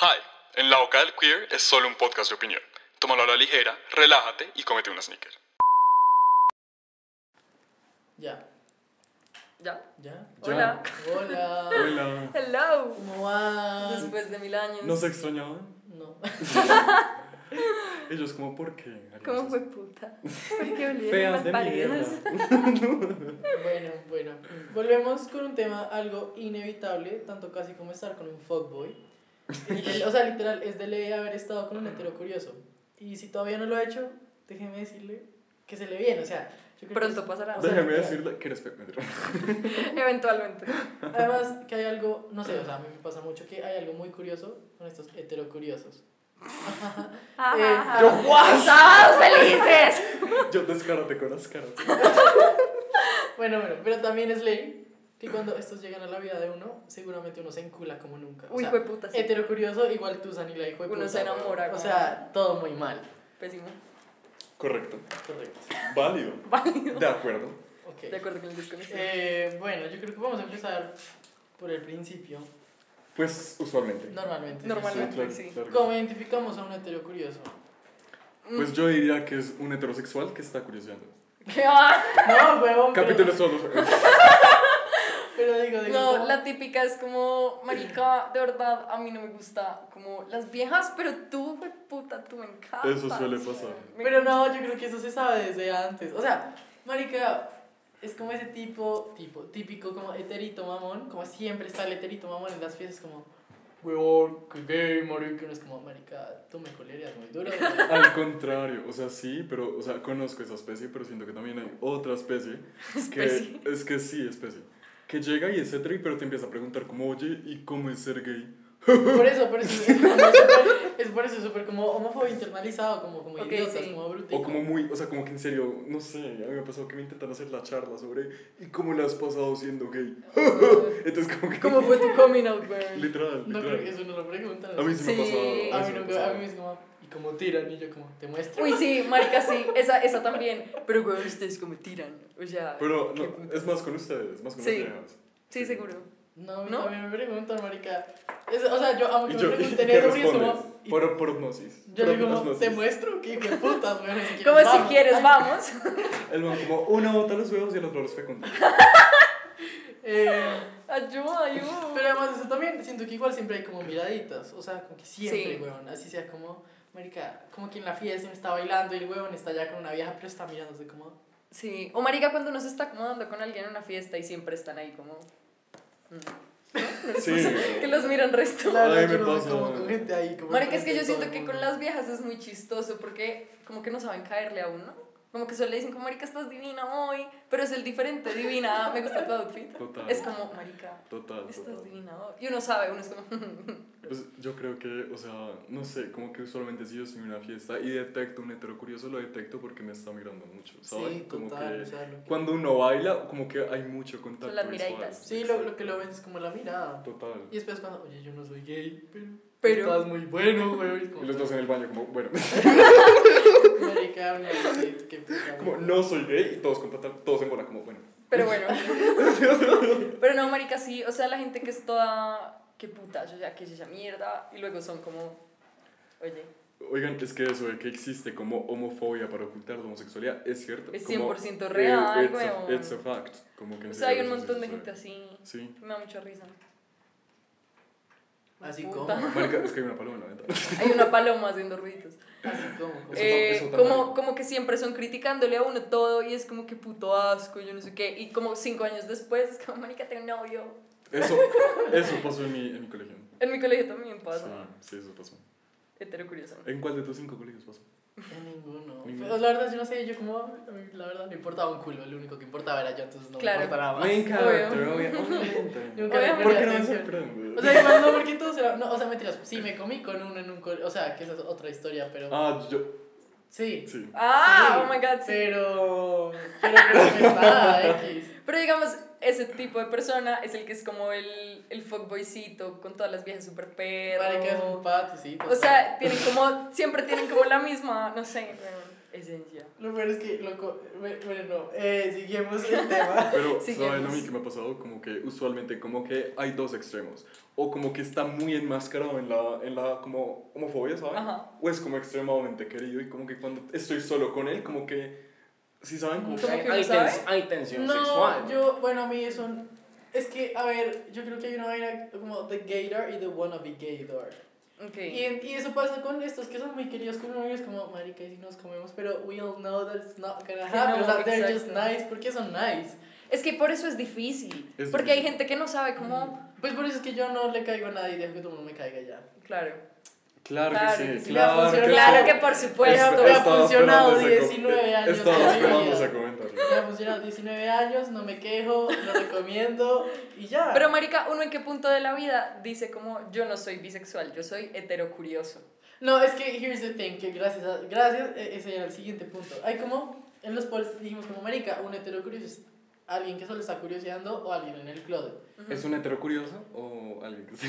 Hi, en La Boca del Queer es solo un podcast de opinión. Tómalo a la ligera, relájate y cómete una sneaker. Ya, Ya. ya. Hola. Hola. Hola. Hello. ¿Cómo vas? Después de mil años. ¿Nos extrañaban? No. Ellos como, ¿por qué? harías ¿Cómo eso? fue puta? ¿Por qué olían Feas las de paredes? mierda. Bueno, bueno. Volvemos con un tema algo inevitable, tanto casi como estar con un fuckboy. Y el- o sea, literal, es de ley haber estado con un hetero curioso. Y si todavía no lo ha hecho, déjeme decirle que se le viene. O sea, yo creo que Pronto es- pasará. o sea, Déjame literal. decirle que eres Pepe Metro. Eventualmente. Además, que hay algo, no sé, o sea, a mí me pasa mucho que hay algo muy curioso con estos heterocuriosos. Yo, Ajá. ¿what? ¡Sábados Eh, felices! Yo descárate con las caras. Bueno, bueno, pero también es ley que cuando estos llegan a la vida de uno, seguramente uno se encula como nunca. O Uy, sea, fue puta, Este- sí. Hetero curioso, igual tú, San y la hijo de Uno puta, se enamora, O como- sea, todo muy mal. Pésimo. Correcto. Correcto. Válido. Válido. De acuerdo. Ok. De acuerdo con el desconocido. Eh, bueno, yo creo que vamos a empezar por el principio. Pues, usualmente. Normalmente. Normalmente. claro, sí. claro que ¿Cómo identificamos a un hetero curioso? sí. Pues yo diría que es un heterosexual que está curioseando. ¿Qué va? No, huevón. pero- Capítulo solo. Pero digo, digo. No, ¿cómo? la típica es como, marica, de verdad, a mí no me gusta como las viejas, pero tú, fue puta, tú me encantas. Eso suele pasar. Me- Pero no, yo creo que eso se sabe desde antes. O sea, marica, es como ese tipo, tipo, típico como heterito mamón, como siempre está el heterito mamón en las fiestas como huevón, que gay, marica, uno es como, marica, tú me colerías muy duro. güey". Al contrario, o sea, sí, pero, o sea, conozco esa especie, pero siento que también hay otra especie. Que, Especie. Es que sí, especie. Que llega y etcétera, y pero te empieza a preguntar como, oye, ¿y cómo es ser gay? Por eso, por eso, es, como súper- es por eso es súper como homófobo internalizado, como, como Ok, idiotas, sí. como brutico. O como muy, o sea, como que en serio, no sé, a mí me ha pasado que me intentan hacer la charla sobre, ¿y cómo le has pasado siendo gay? Entonces, como que... ¿Cómo fue tu coming out, güey? Literal, No creo que literal. eso no lo preguntan. A mí sí, me ha Sí. pasado. A eso mí me nunca- ha a pasado. mí es como, y como tiran, y yo como, te muestro. Uy, sí, marica, sí, esa, esa también. Pero, güey, ustedes como tiran, o sea... Pero qué no, puta. es más con ustedes, más con Sí. ustedes. Sí, seguro. No, a mí ¿No? también me preguntan, marica. Es- o sea, yo amo que Y me yo, ¿y pregunten qué eso porque es respondes? como. y- Por, por hipnosis. yo por le digo, hipnosis. ¿te muestro? ¿Qué, qué putas, güey? Si Como si vamos. quieres, vamos. El man como, una bota los huevos y el otro los fecunda. Eh, Ayuda, ayuda. pero además, de eso también siento que igual siempre hay como miraditas. O sea, como que siempre, Sí. weón. Así sea como, marica, como que en la fiesta uno está bailando y el weón está ya con una vieja, pero está mirándose como. Sí, o marica cuando uno se está acomodando con alguien en una fiesta y siempre están ahí como... mm, Sí. Que los miran resto. Claro, Ay, yo me no me pasa. como con gente ahí. Como Marica, es que enfrente yo de siento todo el que con mundo. las viejas es muy chistoso porque como que no saben caerle a uno. Como que solo le dicen como, marica, estás divina hoy, pero es el diferente, divina, me gusta tu outfit. Total. Es como, marica, Total, estás total. divina hoy. Y uno sabe, uno es como... Pues yo creo que, o sea, no sé, como que usualmente si yo estoy en una fiesta y detecto un hetero curioso, lo detecto porque me está mirando mucho, ¿sabes? Sí, como total. que o sea, lo que- cuando uno baila, como que hay mucho contacto Son las visual. miraditas. Sí, lo, lo que lo ven es como la mirada. Total. Y después cuando, oye, yo no soy gay, pero... Pero- Estás muy bueno, güey. Es Y como, los dos en el baño como, bueno, Marica, una vez, qué puta, como güey. no soy gay y todos con pantal- todos en bola como, bueno. Pero bueno. Pero no, marica, sí. O sea, la gente que es toda... Qué puta, yo ya que es esa mierda. Y luego son como... Oye, Oigan, es que eso de que existe como homofobia para ocultar la homosexualidad es cierto. Es como, eh, 100% real, it's, a, weón. it's a fact. Como que en o sea, hay serio un eso sí montón de sucede. gente así. Sí. Me da mucha risa. Así Puta. como, así Marica, es que hay una paloma en la ventana. Hay una paloma haciendo ruiditos. como, como. Eso tam- Eh, eso también. como, como que siempre son criticándole a uno todo y es como que puto asco, yo no sé qué. Y como cinco años después es como, marica, tengo novio. Eso, eso pasó en mi, en mi colegio. Ah, En mi colegio también pasa. Sí, sí, eso pasó. Hetero curioso. ¿En cuál de tus cinco colegios pasó? Ya ninguno. Ninguno. Pero la verdad, yo no sé, yo como, a mí, la verdad, me importaba un culo, lo único que importaba era yo, entonces no Claro. me importaba más. Me obvio. obviamente. Nunca le Obviamente. ¿Por ponía qué no me atención. sorprende? O sea, igual no, porque todos eran, no, o sea, mentiras, sí me comí con uno en un col- o sea, que esa es otra historia, pero, Ah, yo. sí, Sí. Ah, Sí, oh my god, sí. pero, pero creo que nada, X. Pero digamos, ese tipo de persona es el que es como el, el fuckboycito con todas las viejas super Marica, es perro. un pato, sí. O sea, tienen como, siempre tienen como la misma, no sé, weón. esencia. Lo peor es que, loco, bu- bueno, no, eh, siguiemos el tema. Pero, ¿saben a Sigamos. mí que me ha pasado? Como que usualmente como que hay dos extremos. O como que está muy enmascarado en la, en la como homofobia, ¿saben? Ajá. O es como extremadamente querido y como que cuando estoy solo con él, como que... ¿Sí saben? Como que- ¿Cómo Hay, que hay lo sabe? tens- hay tensión No, sexual. yo, bueno, a mí es un. Es que, a ver, yo creo que hay una vaina como the gaydar y the wannabe gaydar. Ok. Y, en- y eso pasa con estos que son muy queridos como ellos, como, marica, y si nos comemos, pero we all know that it's not gonna Sí, happen. no, o sea, they're just exacto. nice, porque son nice. Es que por eso es difícil. Es porque hay difícil. gente que no sabe cómo. Pues por eso es que yo no le caigo a nadie y dejo que todo el mundo me caiga ya. Claro. Claro, Claro que que sí, sí, claro, me ha que funcionado. Claro sí. que por Pues, Es- ya, supuesto. pero ha estaba funcionado esperando ese com- 19 años de Estaba mi esperando vida. ese comentario. Me ha funcionado 19 pues años, no me quejo, lo recomiendo y ya. Pero marica, uno en qué punto de la vida dice como yo no soy bisexual, yo soy heterocurioso. No, es que here's the thing, que gracias a, gracias, e- ese era el siguiente punto. Hay como, en los polls dijimos como, marica, un hetero curioso es alguien que solo está curioseando o alguien en el closet. ¿Es un hetero curioso o alguien que sí?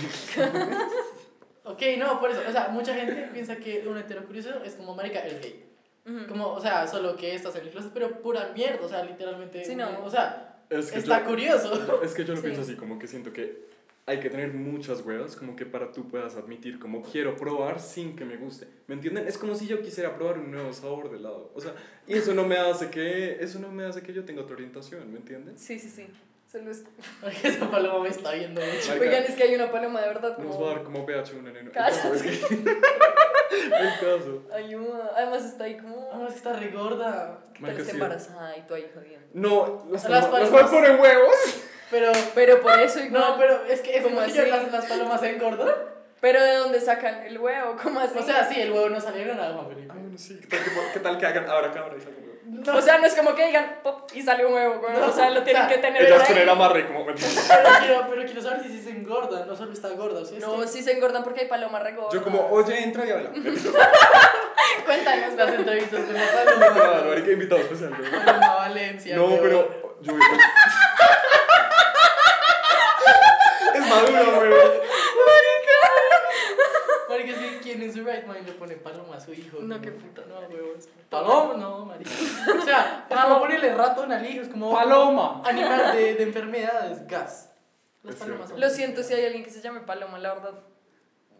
Ok, no, por eso, o sea, mucha gente piensa que un hetero curioso es como, marica, el gay. Ujú. Como, o sea, solo que estás en el closet, pero pura mierda, o sea, literalmente, Sí, no. o sea, Es que está yo- curioso. Es que yo lo Sí. pienso así, como que siento que hay que tener muchas huevas, como que para tú puedas admitir, como quiero probar sin que me guste. ¿Me entienden? Es como si yo quisiera probar un nuevo sabor de helado. O sea, y eso no me hace que, eso no me hace que yo tenga otra orientación, ¿me entienden? Sí, sí, sí. Solo es- Porque esa paloma me está viendo mucho. Marica. Oigan, es que hay una paloma de verdad Nos va a dar como como pH un enano. El Caso. caso es que... El caso. ayuda. Además está ahí como Ah, es que está regorda. que Marica, tal esté sí. embarazada y tú ahí jodiendo. No, las Las palmas, las palmas. palmas ponen huevos. Pero, Pero por eso igual. no, pero es que es ¿Cómo como que yo así? las, las palomas se engordan. Pero de dónde sacan el huevo, ¿cómo así? O sea, sí, el huevo no salió de nada, Juan Felipe. Ah, bueno, sí. ¿Qué tal que, qué tal que hagan ahora cámara y salgan huevos? No, o sea, no es como que digan pop y sale un huevo, güey. o sea, lo tienen o sea, que tener Ellas ahí. con el amarre, como... pero, quiero, pero quiero saber si sí se engorda, no solo está gorda. O sea, este, es No, que sí se engordan porque hay palomas regordas. Yo como, "Oh". oye, entra y habla. Cuéntanos, las entrevistas de la paloma. Claro, marica, invitado especial. güey. Paloma Valencia. No, huevo. pero yo Es maduro, güey. Porque si quien en su right mind le pone paloma a su hijo. No, como, qué puta. No, huevos. Paloma, no, marica. O sea, es Paloma. como ponerle ratón al hijo, es como. Paloma. Animal de, de enfermedades, gas. Las Es palomas son- Lo siento si hay alguien que se llame Paloma, la verdad.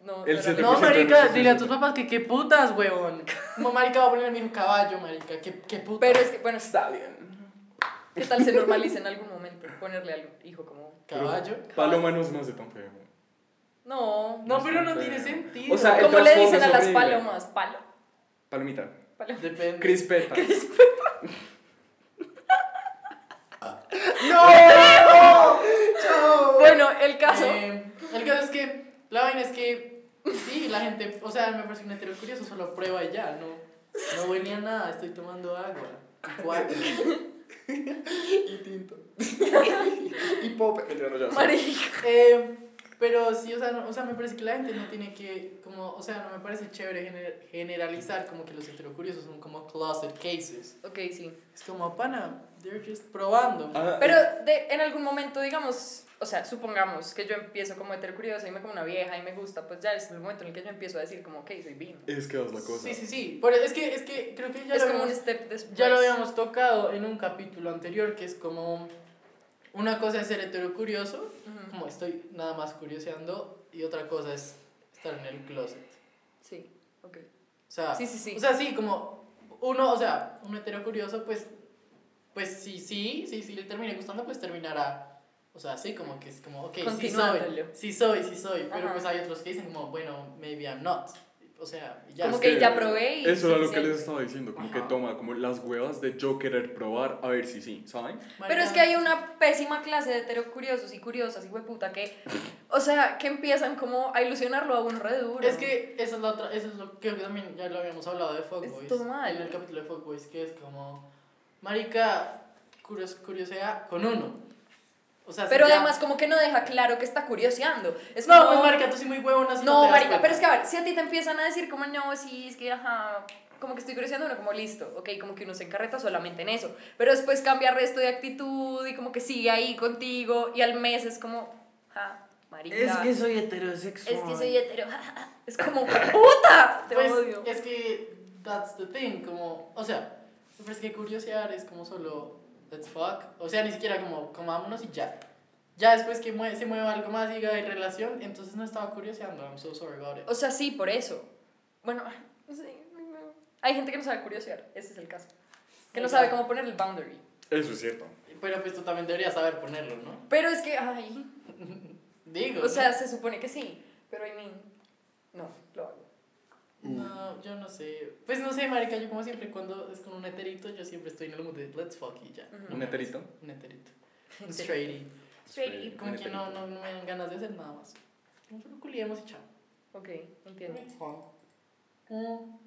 No, El pero siete No, por ciento de marica, los dile a suicidios. tus papás que qué putas, huevón. Como marica va a poner a mi hijo caballo, marica, qué, qué putas. Pero es que, bueno, Está bien. ¿qué tal se normalice en algún momento ponerle al hijo como... Caballo. Paloma no se me hace tan feo. No, No, pero no Pero- tiene sentido. O sea, el ¿Cómo le trasfondo dicen a es las horrible. palomas? Palo. Palomita. Paloma. depende. Crispeta. Eh, Bueno, el caso... Eh, el caso es que la vaina es que sí, la gente, o sea, me parece un hetero curioso, solo prueba y ya, no no huele a nada, estoy tomando agua. Guac. Y tinto. y pop. Mentira, no, ya, sí. Marica. Eh, pero sí, o sea, no- o sea, me parece que la gente no tiene que, como, o sea, no me parece chévere gener- generalizar como que los heterocuriosos son como closet cases. Ok, sí. Es como, pana, they're just probando. Ah, Pero de, en algún momento, digamos, o sea, supongamos que yo empiezo como heterocuriosa y me como una vieja y me gusta, pues ya es el momento en el que yo empiezo a decir como, ok, soy bien. Es que es la cosa. Sí, sí, sí. Pero es que, es que creo que ya Es lo como un habíamos- step después. Ya lo habíamos tocado en un capítulo anterior, que es como una cosa es ser heterocurioso, Ujú. como estoy nada más curioseando, y otra cosa es estar en el closet. Sí, ok. O sea, Sí, sí, sí. o sea, sí, como uno, o sea, un heterocurioso, pues, pues sí, sí, sí, sí, le termine gustando, pues terminará, o sea, sí, como que es como, ok, sí soy, Continuándolo. sí soy, sí soy, pero Ajá. pues hay otros que dicen como, bueno, maybe I'm not, o sea, y ya. Como Es que ya probé y Eso era lo que suficiente. les estaba diciendo. Como que Ajá. toma como las huevas de yo querer probar a ver si sí, ¿saben? Pero es que hay una pésima clase de heterocuriosos y curiosas y hueputa que, o sea, que empiezan como a ilusionarlo a uno re duro. Es que esa es la otra, eso es lo creo que también ya lo habíamos hablado de Fuckboys. Esto mal. En el capítulo de Fuckboys, que es como, marica, curios, curiosea con uno. O sea, si Pero ya- además como que no deja claro que está curioseando. Es No, como- pues marica, tú sí muy huevona. si No, te das marica, cuenta. pero es que a ver, si a ti te empiezan a decir como no, sí, es que ajá, como que estoy creciendo, uno como listo, ok, como que uno se encarreta solamente en eso, pero después cambia el resto de actitud y como que sigue ahí contigo y al mes es como, ja, marica, es que, soy heterosexual. soy hetero, ja, ja, ja. es como, puta, te Pues, odio. Es que that's the thing, como, o sea, me parece que curiosear es como solo, let's fuck, o sea, ni siquiera como, comámonos y ya. Ya después que mue- se mueva algo más y diga, hay relación, entonces no estaba curioseando, I'm so sorry about it. O sea, sí, por eso. Bueno, no sé, no. Hay gente que no sabe curiosear, ese es el caso. Que no sabe cómo poner el boundary. Eso es cierto. Pero pues tú también deberías saber ponerlo, ¿no? Pero es que, ay, Digo. o sea, se supone que sí, pero I mean, no, lo hago. Mm. No, yo no sé. Pues no sé, marica, yo como siempre cuando es con un heterito, yo siempre estoy en el mood de let's fuck y ya. Ujú. No ¿Un me- heterito? Un heterito. Un straighty. Sí. Como Un que no, heterito. no, no me dan ganas de hacer nada más. Como solo culiemos y chao. Ok, entiendo. Mm.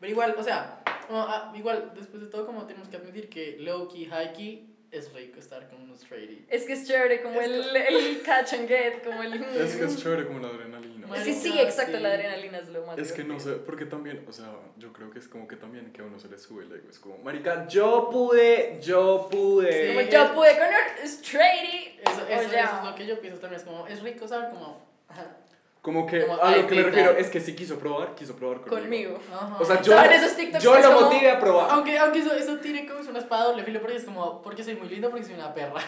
Pero igual, o sea, como, ah, igual, después de todo, como tenemos que admitir que low-key, high-key, es rico estar con un straighty. Es que es chévere, como Es el, el catch and get, como el... Es que es chévere como la adrenalina. Sí, sí, Marica, exacto, la sí. adrenalina es lo más Es que no divertido. sé, porque también, o sea, yo creo que es como que también que a uno se le sube el ego. Es como, marica, yo pude, yo pude. Como yo pude con un straighty. Eso, eso, Oye. eso es lo que yo pienso también. Es como, es rico saber como. ajá, Como que Como, a ay, lo que me tita. refiero es que si quiso probar, quiso probar conmigo. Conmigo. ajá. O sea, yo, ¿Saben esos TikToks yo que es lo como- motivé a probar. Aunque, aunque eso, eso tiene como es una espada doble filo porque es como, porque soy muy linda, porque soy una perra.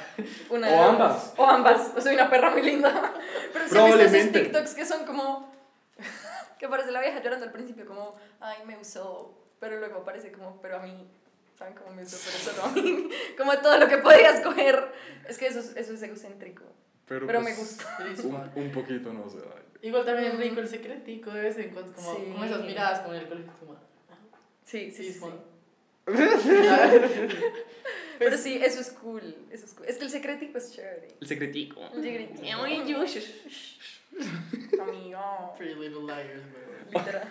Una de O las dos. ambas. O ambas. O soy una perra muy linda. Pero sí he visto esos Probablemente. TikToks que son como. que parece la vieja llorando al principio, como, ay, me usó. Pero luego aparece como, pero a mí. ¿Saben cómo me usó? Pero solo a mí. Como todo lo que podías coger. Es que eso, es- eso es egocéntrico. Pero, Pero pues, me gusta. Eres Un, fan. un poquito, no sé. ay. Igual también es rico el secretico de vez en cuando, como, Sí. como esas miradas como en el colegio. Como, sí, Sí, sí, sí. como- sí. Pero Pues- sí, eso es cool. Eso es cool. Es que el secretico es chévere. El secretico. El secretico. Amigo. Pretty Little Liars, güey. Literal.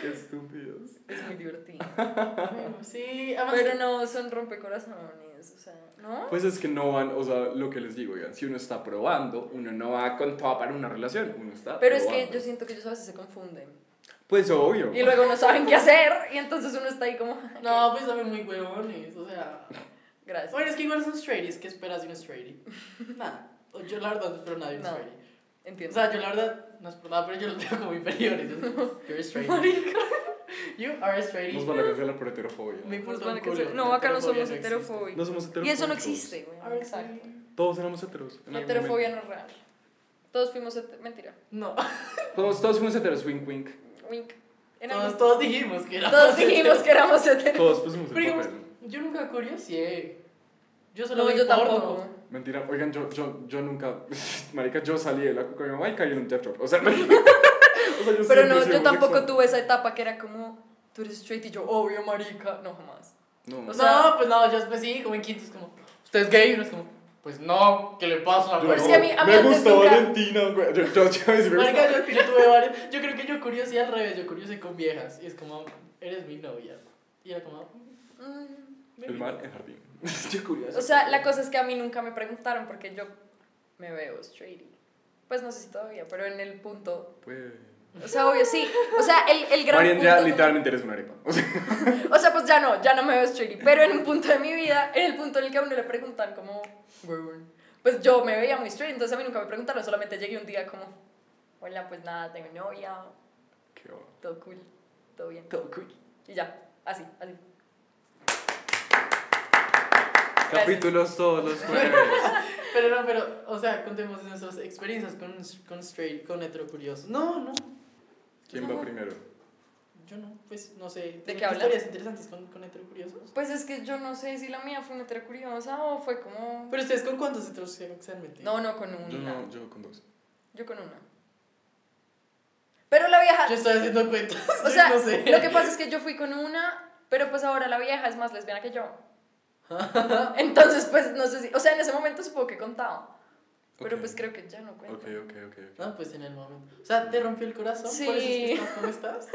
Qué estúpidos. Es muy divertido. Bueno, Sí, además Pero no, son rompecorazones, o sea, ¿no? Pues es que no van, o sea, lo que les digo, oigan, si uno está probando, uno no va con toda para una relación, uno está Pero es que probando. yo siento que ellos a veces se confunden. Pues obvio. Y luego no saben qué hacer, y entonces uno está ahí como, No, pues también muy huevones, o sea. gracias. Bueno, es que igual son straighties, ¿qué esperas de un straighty? Nada. O Yo la verdad no espero nada de un No. straighty. O Entiendo. sea, yo la verdad no espero nada, pero yo los veo como inferiores. es como, You're a straighty. Marica, You are a Nos straighty. van a cancelar por heterofobia. Me nos importa van un a cancelar. culo, No, acá no heterofobia somos existe. No heterofóbicos. somos heterofóbicos. Y eso no existe, güey. Are Exacto. straighty. Todos éramos heteros. en La algún heterofobia no momento. es real. Todos fuimos het- mentira. No, Todos, todos fuimos heteros, wink wink. Wink. En algún- todos, todos dijimos que era. Todos dijimos que éramos heteros. Todos pusimos Pero el digamos, papel. yo nunca curioseé. Yo solo No, vi yo porno. tampoco. Mentira, oigan, yo, yo, yo nunca. Marica, yo salí de la con mi mamá y caí en un death trap. O sea, o sea, yo Pero siempre no, soy yo tampoco homosexual. tuve esa etapa que era como, tú eres straight y yo, obvio, marica. No, jamás. No, O sea- no, pues no, yo pues sí, como en quinto es como, ¿usted es gay? Y uno es como, pues no, ¿qué le pasa? Pues Yo güey? es que a mí- a mí me antes gusta nunca- Valentina, güey. Yo, yo, yo, yo- Marica, yo, yo tuve varios. Yo creo que yo curioseé al revés, yo curioseé con viejas. Y es como, eres mi novia. Y era como, Mm. El mal en jardín. Yo curioso. O sea, la cosa es que a mí nunca me preguntaron porque yo me veo straight. Pues no sé si todavía, pero en el punto. Pues. O sea, obvio, sí. O sea, el, el gran. Marian ya punto- literalmente eres una arepa. O sea, O sea, pues ya no, ya no me veo straight. Pero en un punto de mi vida, en el punto en el que a uno le preguntan como. "Huevón", Pues yo me veía muy straight, entonces a mí nunca me preguntaron, solamente llegué un día como. Hola, pues nada, tengo novia, qué va. todo cool, todo bien. Y ya, así, así. Capítulos todos los jueves. Pero no, pero, o sea, contemos nuestras experiencias con, con straight, con hetero curioso. No, no, ¿Quién va primero? yo no, pues no sé. qué ¿Tienen hablan? Historias interesantes con, con hetero curiosos. Pues es que yo no sé si la mía fue una hetero curiosa o fue como. Pero ustedes, ¿con cuántos heteros se se han metido? No, no, con Yo una. no, yo con dos. Yo con una. Pero la vieja. Yo estoy haciendo cuentas. o sea, yo no sé. lo que pasa es que yo fui con una, pero pues ahora la vieja es más lesbiana que yo. Entonces, pues no sé si. O sea, en ese momento supongo que he contado. Pero Ok. pues creo que ya no Ok, cuento. ok, ok. ok. No, pues en el momento. O sea, ¿te rompió el corazón? Sí. ¿Por eso es que estás como estás?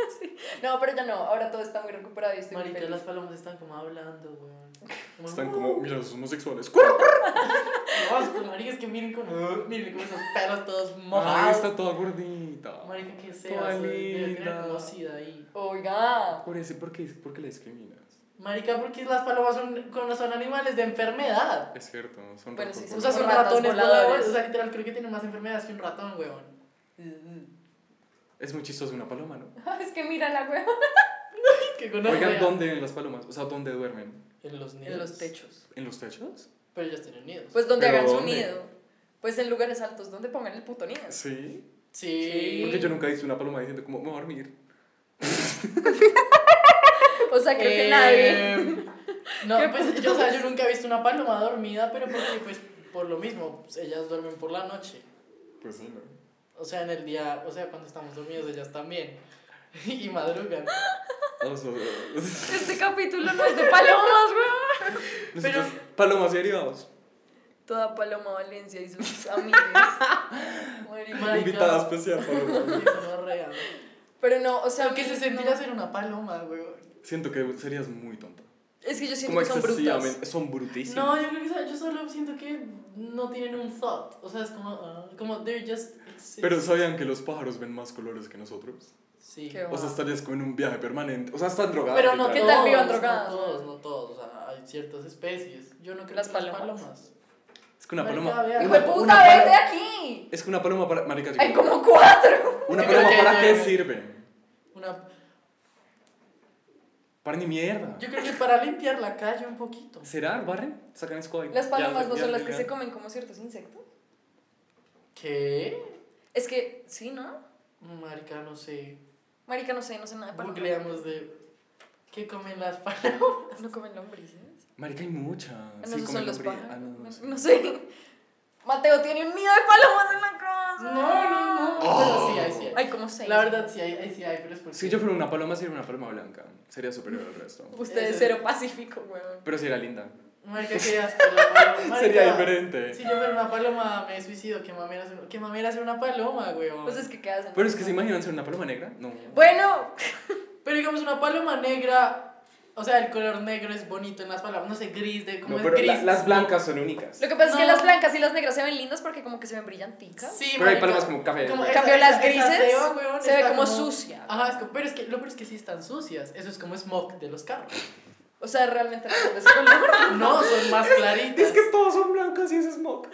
No, pero ya no. Ahora todo está muy recuperado y estoy muy Marica, las feliz. palomas están como hablando, weón. Como, Están "Uh, como, mira, los homosexuales. No, es que, marica, es que miren como, Ah. miren como esos pelos todos Ay, mojados. Ah, está toda gordita. Marica, que se Toda va debe tener linda. como sida ahí. Oiga. Por eso, ¿por qué, por qué la discriminas? Marica, porque las palomas son, como son animales de enfermedad. Es cierto, son Bueno, ratos sí, O por- sea, son Ratas ratones voladores. Mm, voladores. O sea, literal, creo que tienen más enfermedades que un ratón, weón. Es muy chistoso una paloma, ¿no? Es que mira la hueva. Qué Oigan, gonorrea. ¿dónde viven las palomas? O sea, ¿dónde duermen? En los nidos. En los techos. ¿En los techos? Pero ellos tienen nidos. Pues donde ¿Pero hagan su dónde? nido. Pues en lugares altos, donde pongan el puto nido. Sí. sí. Porque yo nunca he visto una paloma diciendo como, me voy a dormir. O sea, creo que Eh, nadie. No, ¿Qué pues putas? yo, o sea, yo nunca he visto una paloma dormida, pero porque, pues, por lo mismo, pues, ellas duermen por la noche. Pues sí, ¿no? O sea, en el día, o sea, cuando estamos dormidos, ellas también. Y madrugan. Ah, O sea, Este capítulo no es de palomas, weón. nosotros, palomas y derivados. Toda Paloma Valencia y sus amigos. Marica. Marica. Invitada especial, paloma. Qué gonorrea. Pero no, o O sea. sea, que se no. sentirá ser una paloma, weón. Siento que serías muy tonta. Es que yo siento Como que son brutas. excesivamente. Son brutísimas. No, yo creo que son- yo solo siento que no tienen un thought. O sea, es como, ah, como they're just exist. Pero ¿sabían que los pájaros ven más colores que nosotros? sí. Qué O sea, estarías como en un viaje permanente. O sea, están drogadas. Pero no literal. ¿Qué tal todos, vivan no drogadas? todos, no todos, o sea, hay ciertas especies. Yo no creo Las que palomas. las palomas. Es que una Marica, paloma. vea. ¡Hijo una- de puta, una palo- vete de aquí! Es que una paloma para. Marica, yo Hay creo- como cuatro. ¿Una Yo paloma creo que para no, qué no. sirve? Una, Para ni mierda. yo creo que para limpiar la calle un poquito. ¿Será? ¿Barren? ¿Sacan escoba y- Las palomas ya, no ya, son las ya. que se comen como ciertos insectos. ¿Qué? Es que, sí, ¿no? Marica, no sé. Marica, no sé, no sé nada de palomas. Googleamos de. ¿Qué comen ¡Ah! las palomas? No comen lombrices. Marica, hay muchas. Ah, No, Sí, esos comen son los lombriz. pájaros. Ah, no, no, no sé. sé. Mateo tiene un nido de palomas en la casa. No, no, no. Oh. Pero sí, hay, sí. Oh. hay. Hay como seis. La verdad, sí, hay, hay, sí, hay, pero es porque. Si yo fuera una paloma, sería una paloma blanca. Sería superior al resto. Usted es Ese- cero pacífico, weón. Pero sería linda. Marica, qué asco la paloma. Sería Marica, diferente. Si yo fuera una paloma, me suicido. Qué mamera ser, qué mamera ser una paloma, weón. Pues es que ¿qué hacen? Pero es que se imaginan ser una paloma negra. No. Bueno, Pero digamos, una paloma negra, o sea, el color negro es bonito en las palomas, no sé, gris, de como No, es pero la- gris. las blancas son únicas. lo que pasa es que No. las blancas y las negras se ven lindas porque como que se ven brillanticas. Sí, Pero hay marica. palomas como café. Como En esa- cambio, las esa- esa grises ceba, weón, se ve está como sucia. Ajá, es que- pero es que lo peor es que sí están sucias. Eso es como smog de los carros. O sea, realmente no son de ese color. No, son más claritas. Es que todas son blancas y es smoke.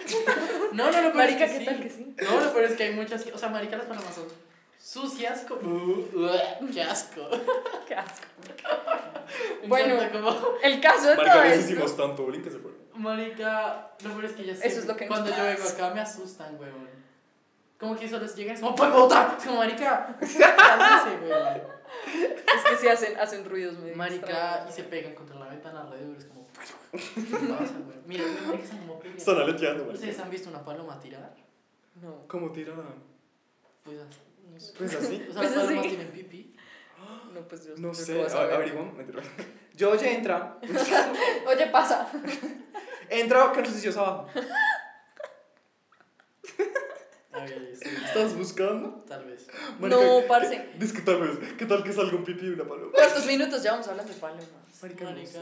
No, no, lo peor Marica, es que ¿qué sí. tal que sí? No, lo peor es que hay muchas. que- O sea, marica, las palomas son sucias como. Uh, Uah, ¡Qué asco! Qué asco. Me Bueno. encanta como- El caso de todo esto. tanto bullying que se fue. Marica, lo peor es que ya Eso es lo que nos Cuando yo vengo acá me asustan, weón. Como que solo les llegan y es como, ¡pues votar! Es como, marica, cálmese, weón. Es que sí hacen, hacen ruidos medio Marica, y se pegan contra la ventana alrededor, es como. ¿Qué pasa, güey? Mira, mira que están como peleando. aleteando, ¿Ustedes han visto una paloma tirar? extraños. No. ¿Cómo tiraban? Pues así. No sé. Pues así. O sea, Pues las palomas así. tienen pipí. No, pues yo No yo sé, qué vas a ver. averiguo. Yo ya entra. Oye, pasa. Entra calzoncillos abajo. A ver, sí, ¿Estás buscando? tal vez. No, parce. Dice que tal vez. ¿Qué tal que salga un pipí de una paloma? ¿Cuántos minutos ya vamos a hablar de palomas? Marica. no Marica. sé.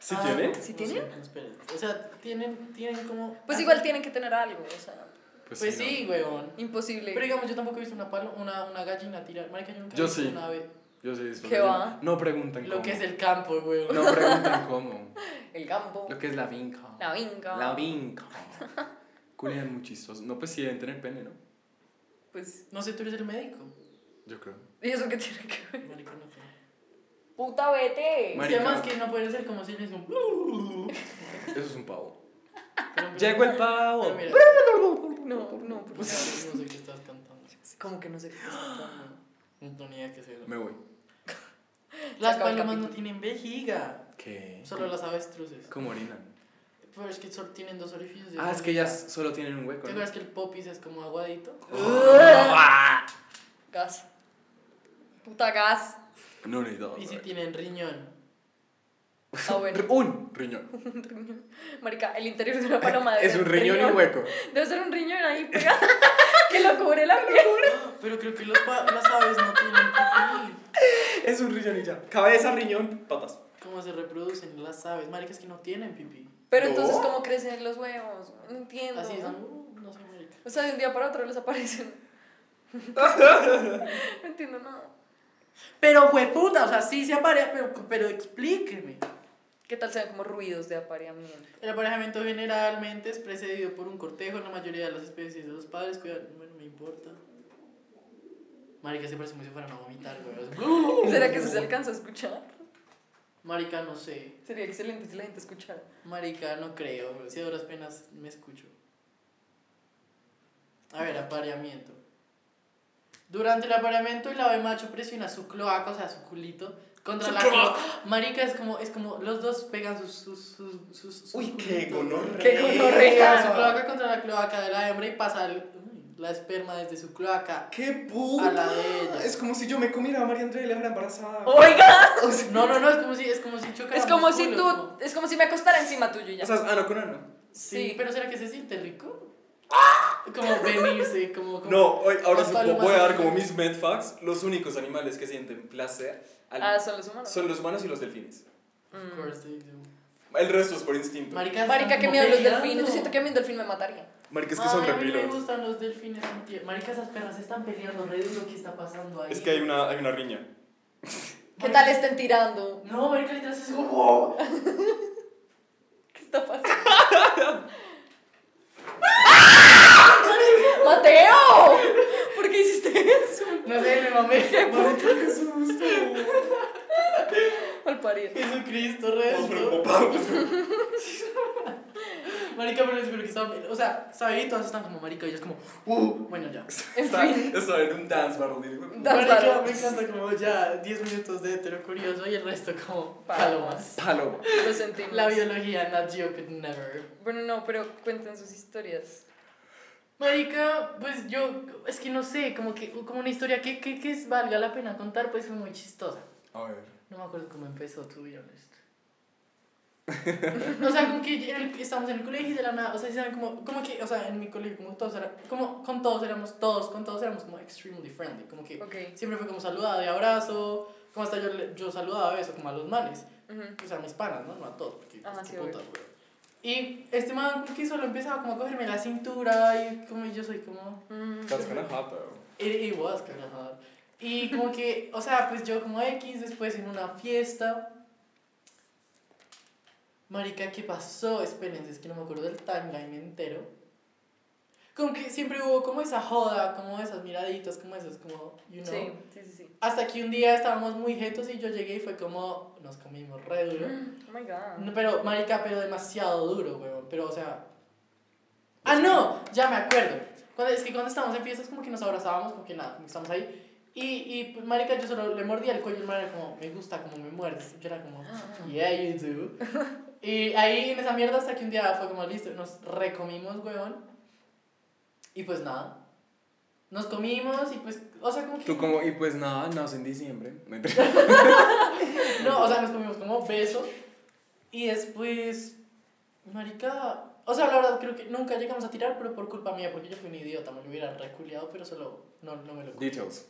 ¿Sí Ah, tiene? ¿Sí no tienen? sé, no, esperen. O sea, tienen, tienen como. Pues igual tienen que tener algo, o sea, Pues sí, weón. imposible. Pero digamos, yo tampoco he visto una, palo, una, una gallina tirar. Marica, yo nunca Yo he visto sí. una ave. Yo sí disfruto. ¿Qué va? No preguntan Lo cómo. que es el campo, güey. No preguntan cómo. El campo, Lo que es la vinca. la vinca. La vinca. Culean muy chistosos. No, pues sí deben tener pene, ¿no? Pues, No sé, tú eres el médico. Yo creo. ¿y eso qué tiene que ver? Marica, no sé. ¡Puta, vete! Marica. Sí, además que no puede ser como si eres un. Eso es un pavo. Pero- Llegó el pavo. pero mira, No, no, por No favor. sé qué estás cantando. Como que no sé qué estás contando. No tengo ni idea qué sea. Me voy. Las Saca el palomas no capítulo. tienen vejiga. ¿Qué? Solo las avestruces. ¿Cómo orinan? Pero es que solo tienen dos orificios. Ah, es que ellas solo tienen un hueco. ¿Te ¿no? ¡Ah! acuerdas que el popis es como aguadito? Gas. Puta gas. No necesitaba. Y si saber. tienen riñón. Está Ah, bueno. Un riñón. Un riñón. Marica, el interior de una paloma debe Es ser un riñón y un hueco. Debe ser un riñón ahí pegado. que lo cubre la piel. Pero creo que los pa- las aves no tienen pipí. Es un riñón y ya. Cabeza, riñón, patas. ¿Cómo se reproducen las aves? Marica, es que no tienen pipí. Pero No. entonces, ¿cómo crecen los huevos? No entiendo. Así es. uh, no sé, marica. O sea, de un día para otro les aparecen. no entiendo nada. Pero hueputa, o sea, sí se aparece, pero, pero explíqueme. ¿Qué tal sean como ruidos de apareamiento? El aparejamiento generalmente es precedido por un cortejo en la mayoría de las especies de los padres. Cuidado, bueno, me importa. Marica, se parece muy si fueran a vomitar, güey. ¿Será que eso se alcanza a escuchar? Marica, no sé. Sería excelente si la gente escuchara. Marica, no creo. Si a duras penas me escucho. A ver, apareamiento. Durante el apareamiento, el ave macho presiona su cloaca, o sea, su culito, contra Su la cloaca. clo- Marica, es como, es como los dos pegan sus. sus, sus, sus, sus Uy, qué culitos. gonorrea. Qué Pegan su gonorrea. cloaca contra la cloaca de la hembra y pasa el- uy, la esperma desde su cloaca. ¡Qué puta! A la de ella. Es como si yo me comiera a María Andrea y la dejara embarazada. Oh, Oiga, O sea, No, no, no, es como si, es como si chocaran es como los si culos, tú, como- es como si me acostara encima tuyo y ya. o sea, ano con ano. Sí, Sí. pero ¿será que se siente rico? Como venirse, como. como- ¡Ah! No, hoy- ahora Más sí palo, voy más a dar palo. como mis medfacts. Los únicos animales que sienten placer al- Ah, son los humanos. son los humanos y los delfines. Of Mm. course they do. El resto es por instinto. Marica, Marica, están qué como miedo los peleando. delfines. Yo siento que a mí un delfín me mataría. Marica, es que son Ay, A mí me repilos. gustan los delfines. en tie- Marica, esas perras están peleando re duro. ¿Qué está pasando ahí? Es que hay una, hay una riña. ¿Qué Marica- tal estén tirando? No, Marica, literal es ¡Oh! como. ¿Qué está pasando? ¡Mateo! ¿Por qué hiciste eso? No sé, me mamé. Marica, qué susto. Al parir. Jesucristo, re Todos duro. preocupados. Marica, pero les juro que estaban. O sea, ¿sabes? Todas están como marica. Y ellos como. Uh, bueno, ya. En Está- fin. Estaba en un dance battle. digo, Da- Las Marica, palomas. me encanta como ya 10 minutos de hetero curioso y el resto como Palomas. palomas. Palo. Lo sentimos. La biología, Nat Geo could never. Bueno, no, pero cuenten sus historias. Marica, pues yo, es que no sé, como que como una historia que, que, que es- valga la pena contar, pues fue muy chistosa. A ver. No me acuerdo cómo empezó, to be honest. o sea, como que en el- estábamos en el colegio y de la nada, o sea, eran como, como que, o sea, en mi colegio, como todos eran, como con todos éramos, todos, con todos éramos como extremely friendly, como que Ok. siempre fue como saludada de abrazo, como hasta yo, le- yo saludaba a beso, como a los manes. Ujú. o sea, mis panas, ¿no? No a todos, porque pues, Ajá, qué sí, putas, güey. Y este man como que solo empezaba como a cogerme la cintura y como yo soy como... Mm. That's kinda hot though. It, it was kinda hard. Y como que, o sea, pues yo como X, después en una fiesta... Marica, ¿qué pasó? Espérense, es que no me acuerdo del timeline entero. Como que siempre hubo como esa joda, como esas miraditas, como esas, como, you know. Sí, sí, sí, sí. Hasta que un día estábamos muy jetos y yo llegué y fue como, nos comimos re duro. Oh my god. No, pero, marica, pero demasiado duro, weón. Pero, o sea... ¡Ah, no! Ya me acuerdo. Cuando, es que cuando estábamos en fiestas como que nos abrazábamos, como que nada, como que estábamos ahí. Y, y pues, marica, yo solo le mordía el cuello y el man era como, me gusta como me muerdes. Yo era como, yeah, you do. y ahí en esa mierda hasta que un día fue como, listo, nos recomimos, weón. Y pues nada. Nos comimos y pues, o sea, como que... Tú como, y pues nada, nace en diciembre. No, o sea, nos comimos como beso. Y después, marica. O sea, la verdad, creo que nunca llegamos a tirar, pero por culpa mía, porque yo fui un idiota, me lo hubiera reculeado, pero solo no, no me lo culpo. Details.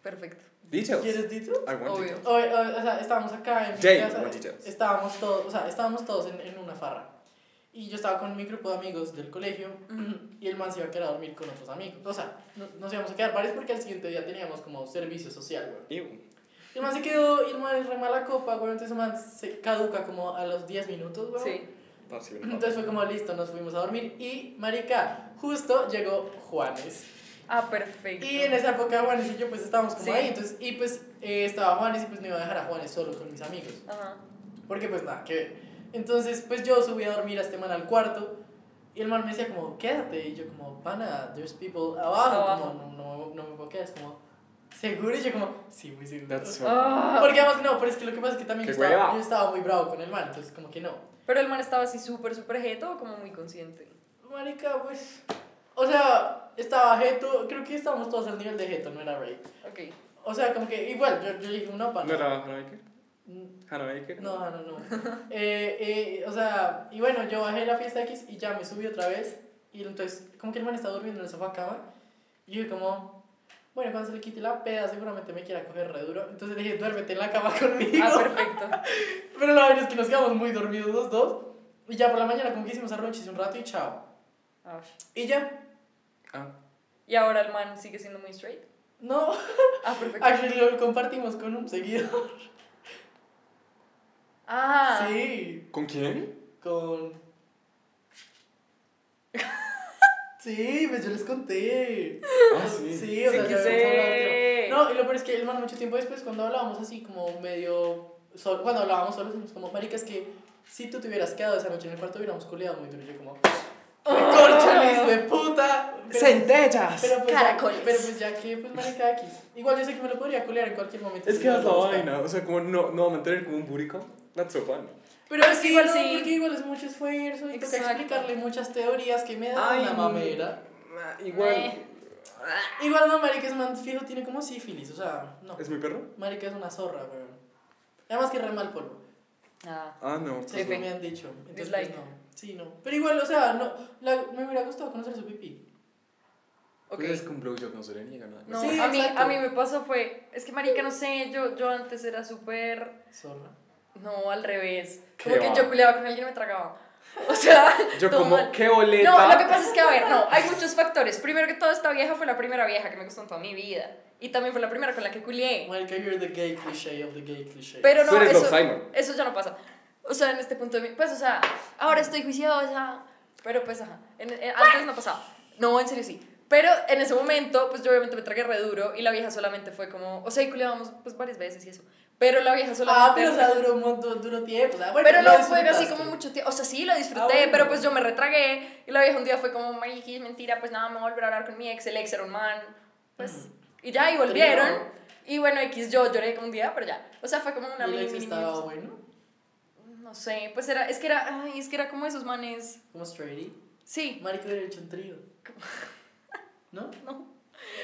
Perfecto. Details. ¿Quieres details? I want Obvio. details. O, o, o sea, estábamos acá en mi Jane, casa, what details? Estábamos todos, o sea, estábamos todos en, en una farra. Y yo estaba con mi grupo de amigos del colegio y el man se iba a quedar a dormir con otros amigos. O sea, no- nos íbamos a quedar varios porque al siguiente día teníamos como servicio social, güey. Ew. Y el man se quedó, y el man es re mala copa, güey, entonces el man se caduca como a los 10 minutos, güey. Sí. That's even hot. Entonces fue como listo, nos fuimos a dormir y marica, justo llegó Juanes. Ah, perfecto. Y en esa época Juanes y yo pues estábamos como Sí. ahí, entonces, y pues eh, estaba Juanes y pues no iba a dejar a Juanes solo con mis amigos, Ajá. porque pues nada, que ver. Entonces pues yo subí a dormir a este man al cuarto y el man me decía como, quédate, y yo como, pana, there's people abajo, Abajo. Como, no, no, no me puedo quedar, es como, ¿seguro? Y yo como, sí, muy seguro. That's so Ah. Porque además, no, pero es que lo que pasa es que también Qué yo estaba, hueva. yo estaba muy bravo con el man, entonces como que no. Pero el man estaba así súper, súper jeto o como muy consciente. Marica, pues. O sea, estaba Jeto, creo que estábamos todos al nivel de Jeto, no era Ray. Ok. O sea, como que igual, yo, yo dije, no, pana. ¿No era Hannah Baker? Mm, ¿Hannah Baker? No, no, no. Eh, eh, o sea, y bueno, yo bajé la fiesta X y ya me subí otra vez. Y entonces, como que el man estaba durmiendo en el sofá cama. Y yo, como, bueno, cuando se le quite la peda, seguramente me quiera coger re duro. Entonces dije, duérmete en la cama conmigo. Ah, perfecto. Pero la verdad es que nos quedamos muy dormidos los dos. Y ya por la mañana como que hicimos arronchis un rato y chao. Ah. Y ya. Ah. Y ahora el man sigue siendo muy straight. No, Ah, perfecto. actually lo compartimos con un seguidor. Ah. Sí, ¿Con quién? con... Sí, pues yo les conté. Ah, sí. Sí, pues, o sea, ya habíamos Sí, que Ah, hablado de- sé. No, y lo peor es que el man mucho tiempo después, cuando hablábamos así como medio... Solo, cuando hablábamos solos, dijimos como, marica, es que si tú te hubieras quedado esa noche en el cuarto, hubiéramos culeado muy duro. Y yo como, ¡corcholis, de puta! Pero- ¡Centellas! Pero pues, Caracoles. Ya, pero pues ya que, pues marica X. Igual yo sé que me lo podría culear en cualquier momento. Es si que no es me la gusta. vaina, o sea, como no, no mantener como un burico, that's so fun. Pero es que igual Sí, sí. sí. Porque igual es mucho esfuerzo y toca Exacto. explicarle muchas teorías que me dan Ay, una mamera. Ah, Igual, Eh. Igual no, marica, es man fijo, tiene como sífilis, o sea, no. ¿es mi perro? Marica es una zorra, weón. Además que re mal polvo. Ah, Ah, no. Sí, F. me han dicho. Entonces, Dislike. pues, no. Sí, no. Pero igual, o sea, no, la- me hubiera gustado conocer su pipí. ok. Pues es que un blowjob no se le niega nada. No, Sí, a, mí, exacto. a mí me pasó fue, es que marica, no sé, yo, yo antes era súper, Zorra. no, al revés. Qué Como que va. yo culeaba con alguien y me tragaba. O sea, Yo todo como, mal. ¿qué boleta? No, lo que pasa es que, a ver, no, hay muchos factores. Primero que todo, esta vieja fue la primera vieja que me gustó en toda mi vida. Y también fue la primera con la que culié. Marica, you're the gay cliché of the gay cliché. Pero Tú no, eres eso, Love Simon. eso ya no pasa. O sea, en este punto de mi... Pues, o sea, ahora estoy juiciosa. Pero pues, ajá. en- en- antes no pasaba. No, en serio sí. Pero en ese momento, pues yo obviamente me tragué re duro y la vieja solamente fue como... O sea, y culiábamos pues varias veces y eso. Pero la vieja solamente... Ah, pero o sea, duró un montón, duró tiempo. O sea, bueno, Pero lo no fue así disfrutaste. como mucho tiempo. O sea, sí, lo disfruté, Ah, bueno. pero pues yo me retragué. Y la vieja un día fue como, Mariki, mentira, pues nada, me voy a volver a hablar con mi ex. El ex era un man. Pues, y ya, y volvieron. Y bueno, X, yo lloré un día, pero ya. O sea, fue como una Y mini, Lex mini, mini- estaba bueno, No sé, pues era, es que era, ay, es que era como esos manes. como straighty. Sí, Marica hubiera hecho un trío. ¿No?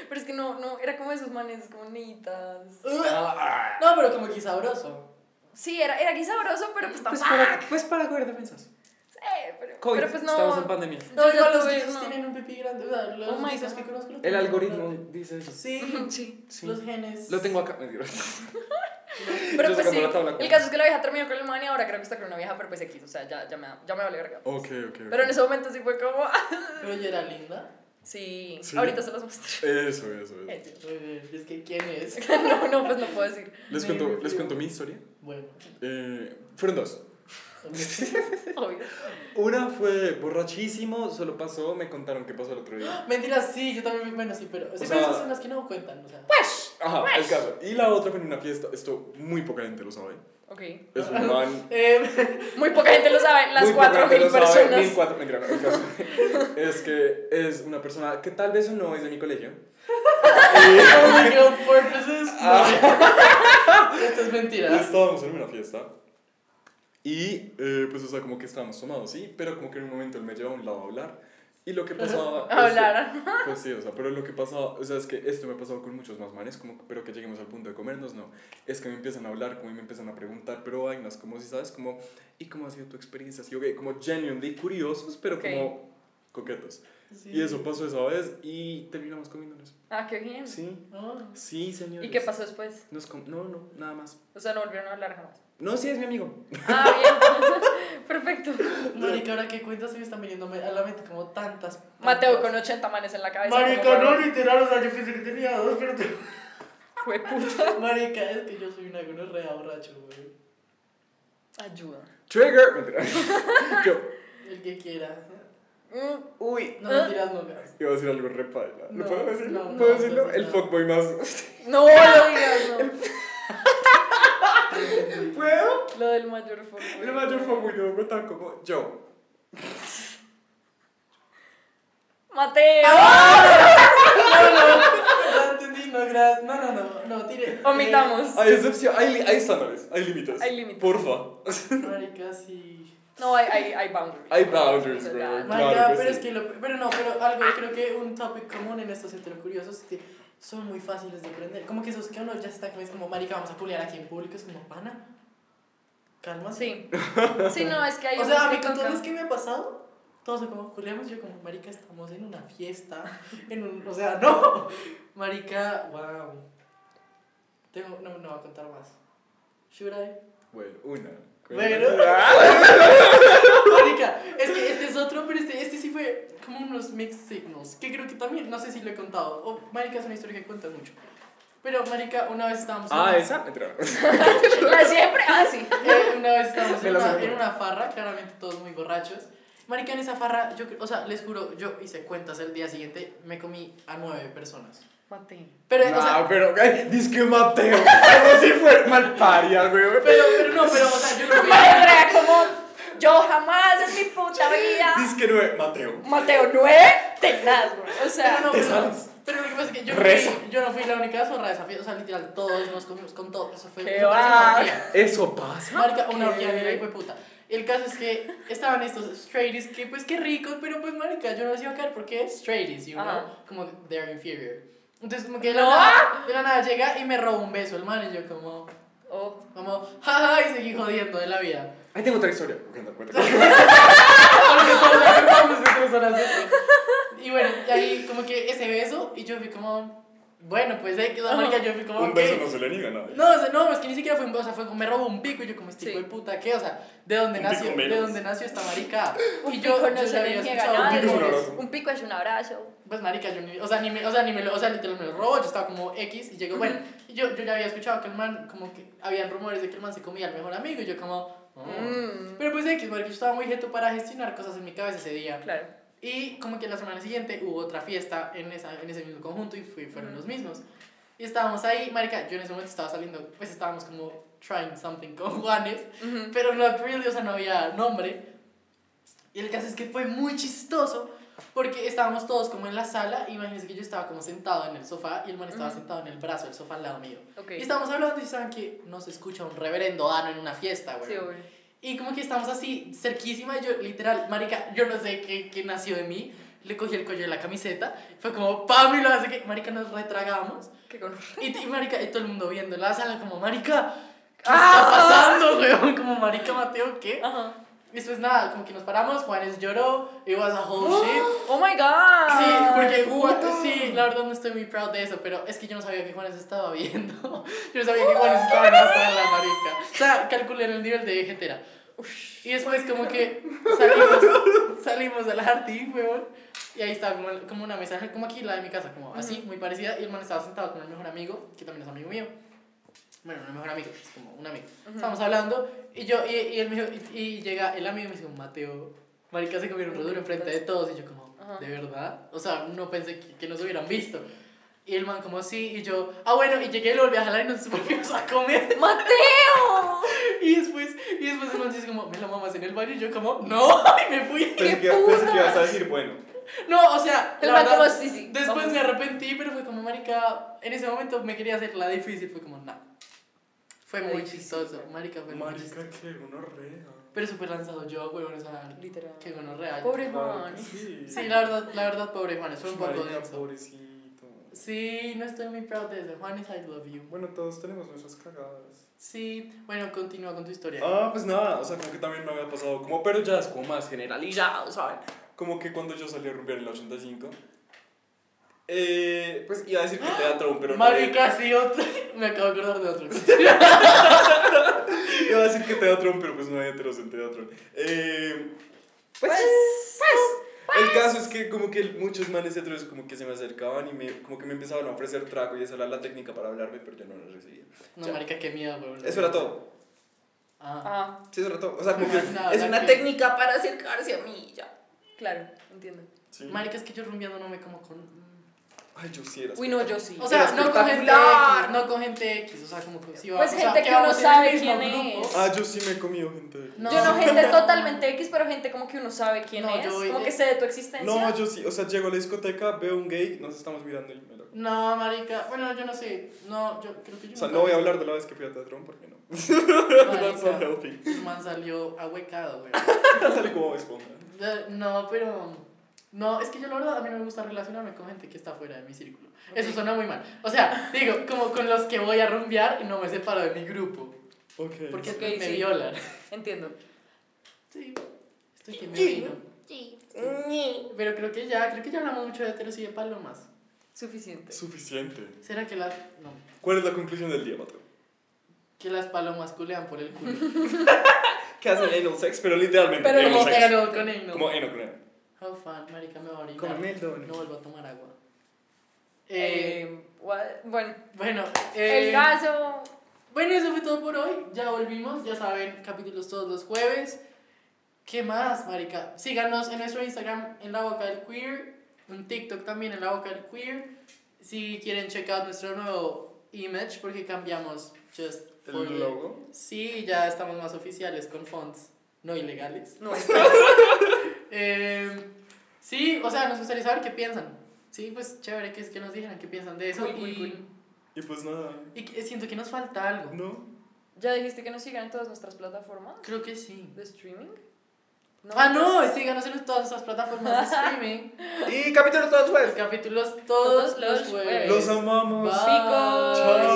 pero es que no, no, era como esos manes como niñitas. Uh, No, pero como que sabroso. Sí, era, era aquí sabroso, pero pues Pues tampoco. para, pues para jugar defensas. Eh, pero, COVID, pero pues estamos en no. pandemia. No, Yo digo, yo los tuve, gays no. tienen un pipí grande. O sea, los Oh my gays God. que conozco los El tienen algoritmo grande. dice eso. Sí, Sí. Sí. los genes. Lo tengo acá. Mentira. Pero Yo pues sí, sacando la tabla, el como- caso es que la vieja terminó con el man y ahora creo que está con una vieja, pero pues X, o sea, ya, ya me, ya me vale verga. Ok, ok. Pero en ese momento sí fue como, ah, Pero ella era linda. sí, Sí. ahorita se los muestro. Eso, eso, eso. Eh, Muy bien. Es que, ¿quién es? no, no, pues no puedo decir. Les Me cuento, refiero. les cuento mi historia. Bueno. Eh, fueron dos. Obvio. Una fue borrachísimo, solo pasó, me contaron qué pasó el otro día. Mentira, sí, yo también, bueno, sí, pero... Sí, pero O sea- esas son las que no cuentan, o sea... Pues, Ajá, el caso. Y la otra fue en una fiesta. Esto muy poca gente lo sabe. ok. Es un man. Eh, Muy poca gente lo sabe, las muy poca gente 4000 lo sabe, personas. 1400, mentira, no, el caso es que es una persona que tal vez o no es de mi colegio. for legal purposes, pues no. Ah. Esto es mentira. Estábamos en una fiesta y eh, pues o sea como que estábamos tomados, sí, pero como que en un momento él me lleva a un lado a hablar y lo que pasaba... A es que- hablar. Pues sí, o sea, pero lo que pasaba, o sea, es que esto me ha pasado con muchos más manes, como, que- pero que lleguemos al punto de comernos, no. Es que me empiezan a hablar, como y me empiezan a preguntar, pero vainas, como si sabes, como, ¿y cómo ha sido tu experiencia? Así, ok, como genuinely curiosos, pero Ok. Mm. como coquetos. Sí. Y eso pasó esa vez y terminamos comiéndonos. Ah, qué bien. Sí, No. sí, señor. ¿Y qué pasó después? Nos com- no, no, nada más. O sea, no volvieron a hablar jamás. No, sí, es mi amigo. Ah, bien. Perfecto. Marica, ahora que cuentas se me están viniendo me- a la mente como tantas. Mateo tantas. con 80 manes en la cabeza. Marica, como- no, literal, o sea, yo pensé que tenía dos, pero te... Jueputa. Marica, es que yo soy una gonorrea borracho, güey. Ayuda. Trigger. Mentira. Yo El que quiera. Mm, Uy. No ¿Ah? mentiras nunca. iba a decir algo re paila. ¿Lo No, puedo decir? no, no, ¿Puedo decirlo? no, El no. fuckboy más. No lo digas, no. ¿Puedo? Lo del mayor fuego. El mayor fuckboy de Bogotá como yo. Mateo. Ah, No Ah, entendí, no, gracias. No, no, no, no, tire. Omitamos. Hay excepción, hay, li- hay estándares, hay límites. Hay límites. Porfa. Eh, Marica, sí. No, hay, hay, hay boundaries. Hay boundaries, Eso bro. ya. Claro Marica, que pero sí. es que lo. Pero no, pero algo, creo que un topic común en estos heterocuriosos es que son muy fáciles de aprender. Como que esos que uno ya está como, es como, Marica, vamos a pulear aquí en público, es como, pana. Calma, Sí. Sí, no, es que hay O sea, a mí con unos que todo tocan- lo que me ha pasado, todos son como culiamos, yo como, marica, estamos en una fiesta, en un, o sea, no, marica, wow. Tengo, no, no voy a contar más. Should I? Bueno, una. Bueno. Marica, es que este es otro, pero este, este sí fue como unos mixed signals, que creo que también, no sé si lo he contado, o marica es una historia que cuento mucho. Pero marica, una vez estábamos en Ah, una- esa. Mentira. La siempre. Ah, sí. Eh, una vez estábamos Me en la una, saco. en una farra, claramente todos muy borrachos. Marica, en esa farra, yo, cre- o sea, les juro, yo hice cuentas el día siguiente, me comí a nueve personas. Mateo. Pero, o sea, Ah, pero, ay, disque Mateo. Como si fuera mal paria, güey. pero, pero no, pero, o sea, yo no fui- Andrea, como yo jamás en mi puta vida. Disque nueve, Mateo. Mateo, no es tenaz, güey. O sea, Pero no, Te pero, sales. pero lo que pasa es que yo, no Reza. fui- yo no fui la única zorra de esa fiesta. O sea, literal, todos nos comimos con todo. Eso fue Qué eso parece una va. orgía. Eso pasa. Marica, una Ok. orgía de la puta. El caso es que estaban estos straighties que, pues, qué ricos, pero pues, marica, yo no les iba a caer porque straighties, you Ajá. know, como they're inferior. Entonces, como que de la, Ah. No. nada, de la nada llega y me roba un beso el man y yo como, oh, como, jaja, y seguí jodiendo de la vida. Ahí tengo otra historia. Ok, no, cuenta. Porque todos acabamos de tres horas después. Y bueno, y ahí como que ese beso, y yo fui como, bueno, pues ahí quedó marica, yo fui como, Un ok. beso no se le niega a nadie. No, o sea, no, es que ni siquiera fue un beso, o sea, fue como me robó un pico y yo como este Sí. hijo de puta, ¿qué? O sea, ¿de dónde Un nació? pico ¿De menos. dónde nació esta marica? un y pico yo, no yo ya se le había niega escuchado a nadie. Un pico es un rumores. abrazo. Un pico es un abrazo. Pues marica, yo ni, o sea, ni me, o sea, ni me lo, o sea, literal me lo robó, yo estaba como X y llegó, bueno, y yo, yo ya había escuchado que el man, como que habían rumores de que el man se comía al mejor amigo y yo como, oh. Mm, Pero pues X, marica, yo estaba muy jeto para gestionar cosas en mi cabeza ese día. claro. Y como que la semana siguiente hubo otra fiesta en, esa, en ese mismo conjunto y fui, fueron Ujú. los mismos. Y estábamos ahí, marica, yo en ese momento estaba saliendo, pues estábamos como trying something con Juanes, Ujú. pero no really, o sea, no había nombre. Y el caso es que fue muy chistoso porque estábamos todos como en la sala, imagínense que yo estaba como sentado en el sofá y el man estaba Ujú. sentado en el brazo del sofá al lado mío. Ok. Y estábamos hablando y saben que no se escucha un reverendo dano en una fiesta, güey. Sí, obvio. Y como que estamos así, cerquísima, yo literal, marica, yo no sé qué, qué nació de mí, le cogí el cuello de la camiseta, fue como, pam, y lo hace que, marica, nos retragamos, Qué con- y, y marica, y todo el mundo viendo en la sala, como, marica, ¿qué Ah. está pasando, weón? Como, marica, Mateo, ¿qué? Ajá. Y después nada, como que nos paramos, Juanes lloró, it was a whole shit. Oh my god. Sí, porque Juan- sí, la verdad no estoy muy proud de eso, pero es que yo no sabía que Juanes estaba viendo. Yo no sabía que Juanes estaba en la sala, marica. O sea, calculé el nivel de jetera. Y después como que salimos, salimos al jardín, weón. Y ahí estaba como, como una mesa, como aquí la de mi casa, como así, muy parecida. Y el man estaba sentado con el mejor amigo, que también es amigo mío. Bueno, no el mejor amigo, es como un amigo. Estábamos hablando y yo, y, y él me dijo- y, y llega el amigo y me dice, Mateo, marica se comieron un duro enfrente de todos. Y yo como, Ajá. ¿de verdad? O sea, no pensé que, que nos hubieran visto. Y el man como, sí, y yo, ah, bueno, y llegué y lo volví a jalar y nos volvimos a comer. Mateo. Y después, y después el man dice como, ¿me la mamas en el baño? Y yo como, no, y me fui. ¡Qué Pensé que, pensé puta! que ibas a decir, bueno. No, o sea, Pues, El la man como, verdad, sí, sí. después vamos. me arrepentí, pero fue como, marica, en ese momento me quería hacer la difícil, fue como, no. Fue La muy difícil. chistoso, marica, fue muy chistoso. Marica, qué gonorrea. Pero súper lanzado yo, weón, o sea, Literal. qué bueno, real. Pobre Marica, Juan. Ah, Sí. Sí, la verdad, la verdad, pobre Juanes, fue un poco Marica, denso. pobrecito. Sí, no estoy muy proud de eso. Juanes, I love you. Bueno, todos tenemos nuestras cagadas. Sí, bueno, continúa con tu historia. Ah, pues nada, o sea, como que también me había pasado como, pero ya es como más generalizado, ¿saben? Como que cuando yo salí a romper en el 85, eh, pues iba a decir que teatro, pero no. Marica, sí, otro. Me acabo de acordar de otro. Iba a decir que teatro, pero pues no hay heteros en teatro. Eh, pues, Pues, el caso es que como que muchos manes heteros como que se me acercaban y me, como que me empezaban a ofrecer trago y esa era la técnica para hablarme, pero yo no la recibía. No, Ya. marica, qué miedo, weón. Eso era todo. Ah. Ah, Sí, eso era todo. O sea, como que No, es la una que- técnica para acercarse a mí, ya. claro, entiendo. Sí. Marica, es que yo rumbeando no me como con. Ay, yo sí era. Uy, no, yo sí. O sea, Era no con gente espectacular. X, no con gente X, o sea, como que si va- Pues o sea, gente que uno vamos en el sabe mismo quién grupo. es. Ah, yo sí me he comido gente. No. Yo no gente totalmente X, pero gente como que uno sabe quién No, es, yo- como que sé de tu existencia. No, yo sí, o sea, llego a la discoteca, veo un gay, nos estamos mirando y me lo... No, marica, bueno, yo no sé. No, yo creo que yo O sea, nunca no voy a vi- hablar de la vez que fui a Teatrón porque no. That's not Marica, healthy. el man salió ahuecado, güey. Sale como Bob esponja. Eh, No, pero. No, es que yo la verdad a mí no me gusta relacionarme con gente que está fuera de mi círculo. Eso Ok. suena muy mal. O sea, digo, como con los que voy a rumbear y no me separo de mi grupo. Ok. Porque Ok, me sí. violan. Entiendo. Sí. Estoy que me Sí. orino. Sí. Mm, Pero creo que ya, creo que ya hablamos mucho de heteros y de palomas. Suficiente. Suficiente. ¿Será que las. No. ¿Cuál es la conclusión del día, Mateo? Que las palomas culean por el culo. Que hacen anal sex, pero literalmente Pero anal como sex. pero con él no. Como anal sex. How fun, marica, me va a orinar. Cómeme el dono. No vuelvo a tomar agua. Eh, Eh, what- bueno, bueno, eh, el gaso. bueno, eso fue todo por hoy. Ya volvimos, ya saben, capítulos todos los jueves. ¿Qué más, marica? Síganos en nuestro Instagram, en la boca del queer. En TikTok también, en la boca del queer. Si quieren check out nuestro nuevo image porque cambiamos just for ¿El it. logo? Sí, ya estamos más oficiales con fonts no ilegales. No, Eh, sí, o sea, nos gustaría saber qué piensan. Sí, pues chévere que, es que nos dijeran qué piensan de eso. Cool, cool, y, cool. Y pues nada, y que- siento que nos falta algo. ¿no? ¿Ya dijiste que nos sigan en todas nuestras plataformas Creo que sí. de streaming? Ah, no, síganos en todas nuestras plataformas de streaming. Y capítulos todos Los capítulos todos, Todos los los jueves. jueves. Los amamos. Bye. Chicos. Chao.